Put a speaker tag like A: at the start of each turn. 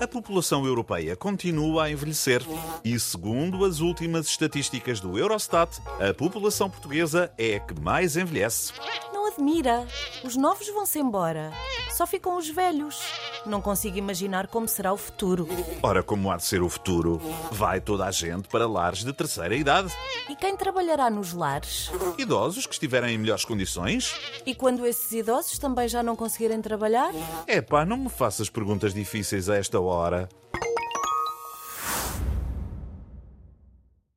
A: A população europeia continua a envelhecer e, segundo as últimas estatísticas do Eurostat, a população portuguesa é a que mais envelhece.
B: Não admira. Os novos vão-se embora. Só ficam os velhos. Não consigo imaginar como será o futuro.
A: Ora, como há de ser o futuro? Vai toda a gente para lares de terceira idade.
B: E quem trabalhará nos lares?
A: Idosos que estiverem em melhores condições?
B: E quando esses idosos também já não conseguirem trabalhar?
A: Epá, não me faças perguntas difíceis a esta hora.